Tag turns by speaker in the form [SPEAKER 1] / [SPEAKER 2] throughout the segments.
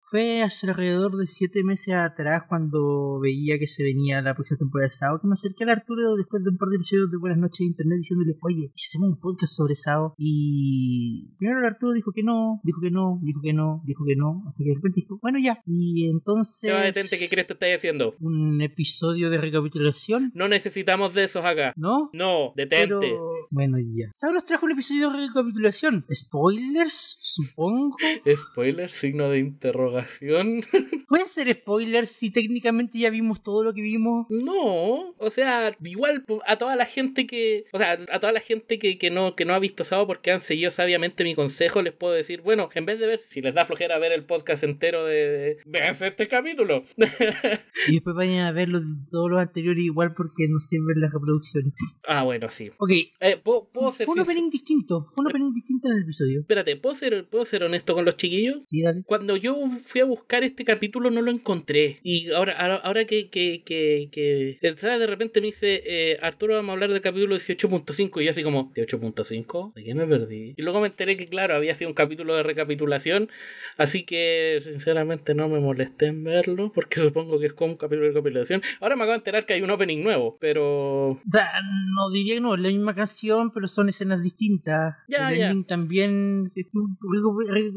[SPEAKER 1] fue hace alrededor de siete meses atrás cuando veía que se venía la próxima temporada de SAO que me acerqué al Arturo después de un par de episodios de Buenas noches de Internet diciéndole, oye, si hacemos un podcast sobre SAO y primero el Arturo dijo que no, dijo que no, dijo que no, dijo que no, hasta que de repente dijo, bueno ya, y entonces...
[SPEAKER 2] Ya, detente, ¿qué crees que estás haciendo?
[SPEAKER 1] Un episodio de recapitulación.
[SPEAKER 2] No necesitamos de esos acá.
[SPEAKER 1] ¿No?
[SPEAKER 2] No, detente.
[SPEAKER 1] Pero... Bueno, ya. SAO nos trajo un episodio de recapitulación. ¿Spoilers? Supongo.
[SPEAKER 2] Spoiler, signo de interrogación.
[SPEAKER 1] ¿Pueden ser spoilers si técnicamente ya vimos todo lo que vimos?
[SPEAKER 2] No, o sea, igual a toda la gente que, o sea, a toda la gente que, que no que no ha visto Sabo porque han seguido sabiamente mi consejo, les puedo decir, bueno, en vez de ver si les da flojera ver el podcast entero de, véanse este capítulo.
[SPEAKER 1] y después vayan a ver los, todos los anteriores igual porque no sirven las reproducciones.
[SPEAKER 2] Ah, bueno, sí.
[SPEAKER 1] Ok.
[SPEAKER 2] Eh, ¿puedo, puedo
[SPEAKER 1] fue un opening distinto, fue un opening distinto en el episodio.
[SPEAKER 2] Espérate, ¿puedo ser, ¿puedo ser honesto con los chiquillos?
[SPEAKER 1] Sí, dale.
[SPEAKER 2] Cuando yo fui a buscar este capítulo no lo encontré. Y ahora, ahora, ahora que, que, que, que ¿sabes? de repente me dice, eh, Arturo, vamos a hablar del capítulo 18.5. Y yo así como, ¿18.5? ¿De qué me perdí? Y luego me enteré que, claro, había sido un capítulo de recapitulación. Así que, sinceramente, no me molesté en verlo, porque supongo que es como un capítulo de recapitulación. Ahora me acabo de enterar que hay un opening nuevo, pero...
[SPEAKER 1] O sea, no diría que no, es la misma canción, pero son escenas distintas.
[SPEAKER 2] Ya,
[SPEAKER 1] El
[SPEAKER 2] ya.
[SPEAKER 1] ending también es un-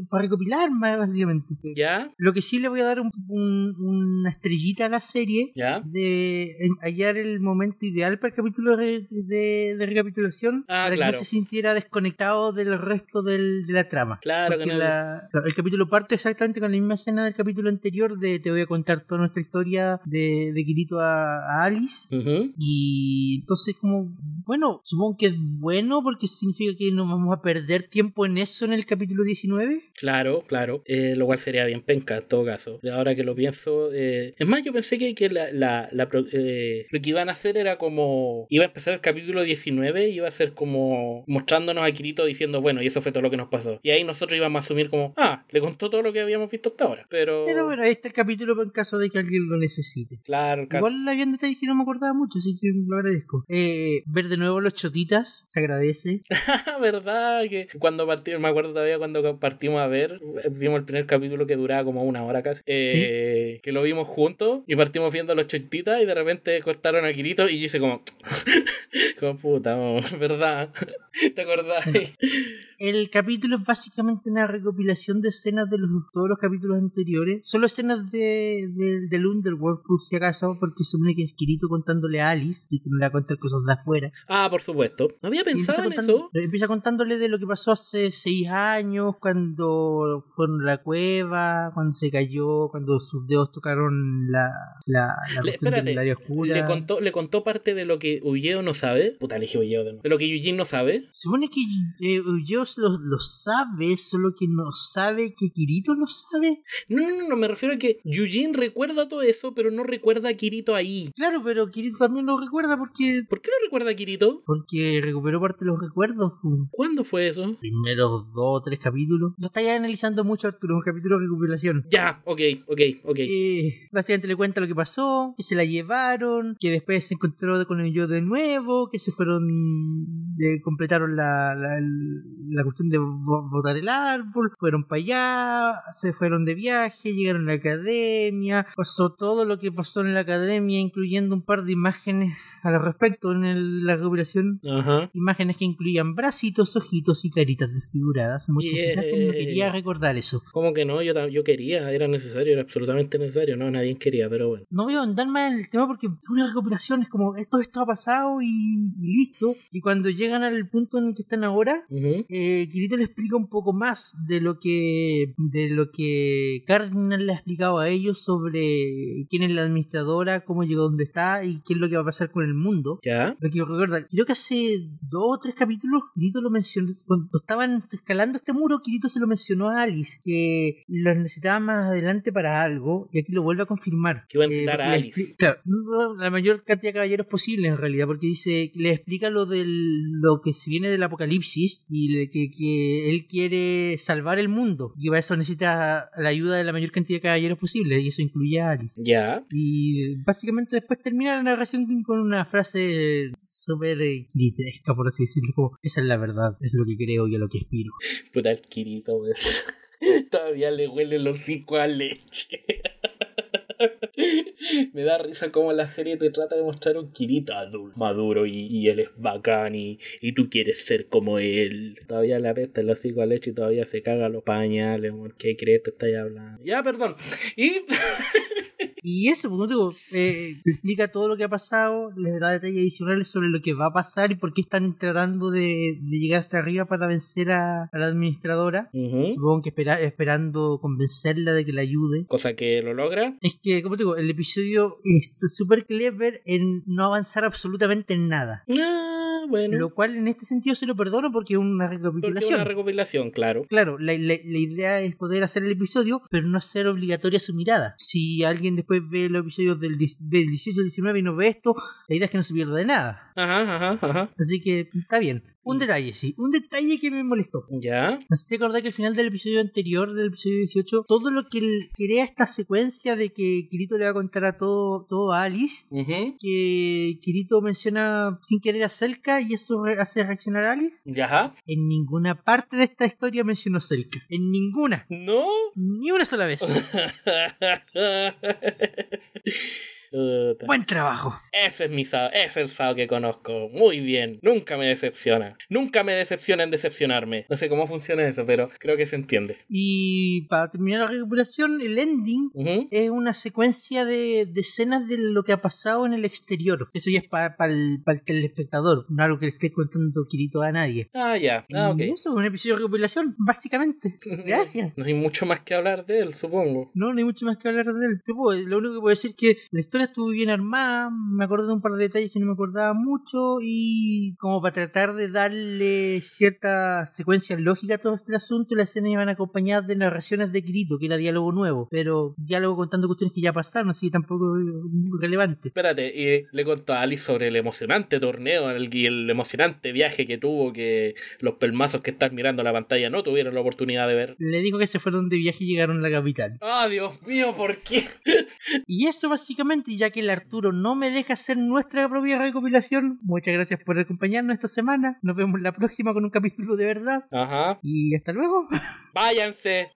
[SPEAKER 1] para recopilar más, básicamente.
[SPEAKER 2] ¿Ya?
[SPEAKER 1] Lo que sí le voy a dar un- un- una estrellita a la serie
[SPEAKER 2] ¿Ya?
[SPEAKER 1] de en- hallar el momento ideal para el capítulo de, de- de recapitulación
[SPEAKER 2] Ah,
[SPEAKER 1] para que
[SPEAKER 2] claro.
[SPEAKER 1] no se sintiera desconectado del resto del- de la trama.
[SPEAKER 2] Claro
[SPEAKER 1] Porque
[SPEAKER 2] que no.
[SPEAKER 1] la- el capítulo parte exactamente con la misma escena del capítulo anterior de te voy a contar toda nuestra historia de, de Kirito a, a Alice.
[SPEAKER 2] Ujú.
[SPEAKER 1] Y entonces como, bueno, supongo que es bueno porque significa que no vamos a perder tiempo en eso en el capítulo 19.
[SPEAKER 2] Claro, claro. Eh, lo cual sería bien penca en todo caso. Y Ahora que lo pienso. eh, Es más, yo pensé que, que la, la- la pro- eh, lo que iban a hacer era como. Iba a empezar el capítulo 19 y iba a ser como mostrándonos a Kirito diciendo, bueno, y eso fue todo lo que nos pasó. Y ahí nosotros íbamos a asumir como, ah, le contó todo lo que habíamos visto hasta ahora. Pero.
[SPEAKER 1] Pero bueno, ahí está el capítulo en caso de que alguien lo necesite.
[SPEAKER 2] Claro, el caso-
[SPEAKER 1] Igual habían detalles que no me acordaba mucho, así que lo agradezco. Eh, ver de nuevo los chotitas, se agradece.
[SPEAKER 2] ¿Verdad? Que cuando partimos, me acuerdo todavía cuando partimos a ver, vimos el primer capítulo que duraba como una hora casi, eh, que lo vimos juntos y partimos viendo a los chotitas y de repente cortaron a Kirito y yo hice como, como puta, no, ¿verdad? ¿Te acordás?
[SPEAKER 1] El capítulo es básicamente una recopilación de escenas de los, todos los capítulos anteriores. Solo escenas de, de- del Underworld, por si acaso, porque se supone que es Kirito contándole a Alice, de que no le va a contar cosas de afuera.
[SPEAKER 2] ah, por supuesto. No había
[SPEAKER 1] Y
[SPEAKER 2] pensado en
[SPEAKER 1] contando-
[SPEAKER 2] eso.
[SPEAKER 1] empieza contándole de lo que pasó hace seis años, cuando fueron a la cueva, cuando se cayó, cuando sus dedos tocaron la, la, la
[SPEAKER 2] Le-
[SPEAKER 1] cuestión del
[SPEAKER 2] espérate,
[SPEAKER 1] área oscura.
[SPEAKER 2] Le contó, le contó parte de lo que Ulleo no sabe. Puta, le dije Ulleo de nuevo. De lo que Yujin no sabe.
[SPEAKER 1] Supone que eh, Dios lo, lo sabe, solo que no sabe que Kirito lo sabe.
[SPEAKER 2] No, no, no, no, me refiero a que Yujin recuerda todo eso, pero no recuerda a Kirito ahí.
[SPEAKER 1] Claro, pero Kirito también lo recuerda porque
[SPEAKER 2] ¿Por qué no recuerda a Kirito?
[SPEAKER 1] porque recuperó parte de los recuerdos. los
[SPEAKER 2] ¿Cuándo fue eso?
[SPEAKER 1] Primeros dos o tres capítulos. Lo estáis analizando mucho, Arturo, un capítulo de recuperación.
[SPEAKER 2] Ya, ok, ok, ok.
[SPEAKER 1] Eh, básicamente le cuenta lo que pasó, que se la llevaron, que después se encontró con el yo de nuevo, que se fueron, eh, completaron la, la, la cuestión de bo- botar el árbol, fueron para allá, se fueron de viaje, llegaron a la academia, pasó todo lo que pasó en la academia, incluyendo un par de imágenes al respecto en el- la recuperación.
[SPEAKER 2] Ajá.
[SPEAKER 1] Imágenes que incluían bracitos, ojitos y caritas desfiguradas. Muchas
[SPEAKER 2] Yeah.
[SPEAKER 1] gracias, no quería recordar eso.
[SPEAKER 2] ¿Cómo que no? Yo, ta- yo quería, era necesario, era absolutamente necesario. No, nadie quería, pero bueno.
[SPEAKER 1] no voy a ahondar más en el tema porque es una recopilación, es como esto, esto ha pasado y, y listo. Y cuando llegan al punto en el que están ahora,
[SPEAKER 2] Ujú.
[SPEAKER 1] eh, Kirito le explica un poco más de lo que de lo que Cardinal le ha explicado a ellos sobre quién es la administradora, cómo llegó a donde está y qué es lo que va a pasar con el mundo.
[SPEAKER 2] ¿Ya?
[SPEAKER 1] Lo que recuerda, creo que hace dos o tres capítulos Kirito lo mencionó, cuando estaban escalando este muro, Kirito se lo mencionó a Alice, que los necesitaba más adelante para algo, y aquí lo vuelve a confirmar.
[SPEAKER 2] Que iba a necesitar
[SPEAKER 1] porque
[SPEAKER 2] a
[SPEAKER 1] le
[SPEAKER 2] Alice.
[SPEAKER 1] expli- Claro, no, la mayor cantidad de caballeros posible en realidad, porque dice, le explica lo del lo que se viene del apocalipsis y le- que, que él quiere salvar el mundo, y para eso necesita la ayuda de la mayor cantidad de caballeros posible, y eso incluye a Alice.
[SPEAKER 2] ¿Ya?
[SPEAKER 1] Y básicamente después termina la narración con una frase súper eh, kiritesca, por así decirlo. Como, Esa es la verdad, es lo que creo y a lo que aspiro.
[SPEAKER 2] Puta el Kirito, weón. Todavía le huele los hocico a leche. Me da risa cómo la serie te trata de mostrar un Kirito adulto, maduro y, y él es bacán y, y tú quieres ser como él. Todavía le apesta el hocico a leche y todavía se caga los pañales. amor. ¿Qué crees que estáis hablando? Ya, perdón. Y
[SPEAKER 1] Y eso, pues, como te digo, eh, explica todo lo que ha pasado, les da detalles adicionales sobre lo que va a pasar y por qué están tratando de, de llegar hasta arriba para vencer a, a la administradora.
[SPEAKER 2] Ujú.
[SPEAKER 1] Supongo que espera- esperando convencerla de que la ayude.
[SPEAKER 2] Cosa que lo logra.
[SPEAKER 1] Es que, como te digo, el episodio es súper clever en no avanzar absolutamente en nada.
[SPEAKER 2] Ah, bueno.
[SPEAKER 1] Lo cual en este sentido se lo perdono porque es una
[SPEAKER 2] Porque es
[SPEAKER 1] recapitulación.
[SPEAKER 2] una recopilación, claro.
[SPEAKER 1] Claro, la, la- la idea es poder hacer el episodio, pero no hacer obligatoria su mirada. Si alguien después ve los episodios del, 10 del 18 al 19 y no ve esto, la idea es que no se pierda de nada.
[SPEAKER 2] Ajá, ajá, ajá.
[SPEAKER 1] Así que está bien. Un detalle, sí. Un detalle que me molestó.
[SPEAKER 2] Ya.
[SPEAKER 1] No sé si te acordás que al final del episodio anterior, del episodio 18, todo lo que l- crea esta secuencia de que Kirito le va a contar a todo, todo a Alice,
[SPEAKER 2] Ujú.
[SPEAKER 1] que Kirito menciona sin querer a Selka y eso re- hace reaccionar a Alice.
[SPEAKER 2] Ya. ajá.
[SPEAKER 1] En ninguna parte de esta historia mencionó Selka. En ninguna.
[SPEAKER 2] No.
[SPEAKER 1] Ni una sola vez.
[SPEAKER 2] Puta.
[SPEAKER 1] Buen trabajo.
[SPEAKER 2] Ese es mi Sao, ese es el Sao que conozco. Muy bien, nunca me decepciona. Nunca me decepciona en decepcionarme. No sé cómo funciona eso, pero creo que se entiende.
[SPEAKER 1] Y para terminar la recuperación, el ending
[SPEAKER 2] Ujú.
[SPEAKER 1] es una secuencia de, de escenas de lo que ha pasado en el exterior. Eso ya es para el, telespectador, no algo que le esté contando Kirito a nadie.
[SPEAKER 2] Ah, ya. Ah,
[SPEAKER 1] Y
[SPEAKER 2] ok.
[SPEAKER 1] eso, un episodio de recopilación, básicamente. Gracias.
[SPEAKER 2] No hay mucho más que hablar de él, supongo.
[SPEAKER 1] No, no hay mucho más que hablar de él. Te puedo- lo único que puedo decir es que la historia estuvo bien armada, me acordé de un par de detalles que no me acordaba mucho y como para tratar de darle cierta secuencia lógica a todo este asunto, las escenas iban acompañadas de narraciones de Kirito, que era diálogo nuevo, pero diálogo contando cuestiones que ya pasaron, así que tampoco es muy relevante.
[SPEAKER 2] Espérate, y le contó a Alice sobre el emocionante torneo el- y el emocionante viaje que tuvo que los pelmazos que estás mirando en la pantalla no tuvieron la oportunidad de ver.
[SPEAKER 1] Le dijo que se fueron de viaje y llegaron a la capital.
[SPEAKER 2] Ah, Dios mío, ¿por qué?
[SPEAKER 1] Y eso básicamente, ya que el Arturo no me deja hacer nuestra propia recopilación, muchas gracias por acompañarnos esta semana. Nos vemos la próxima con un capítulo de verdad.
[SPEAKER 2] Ajá.
[SPEAKER 1] Y hasta luego.
[SPEAKER 2] Váyanse.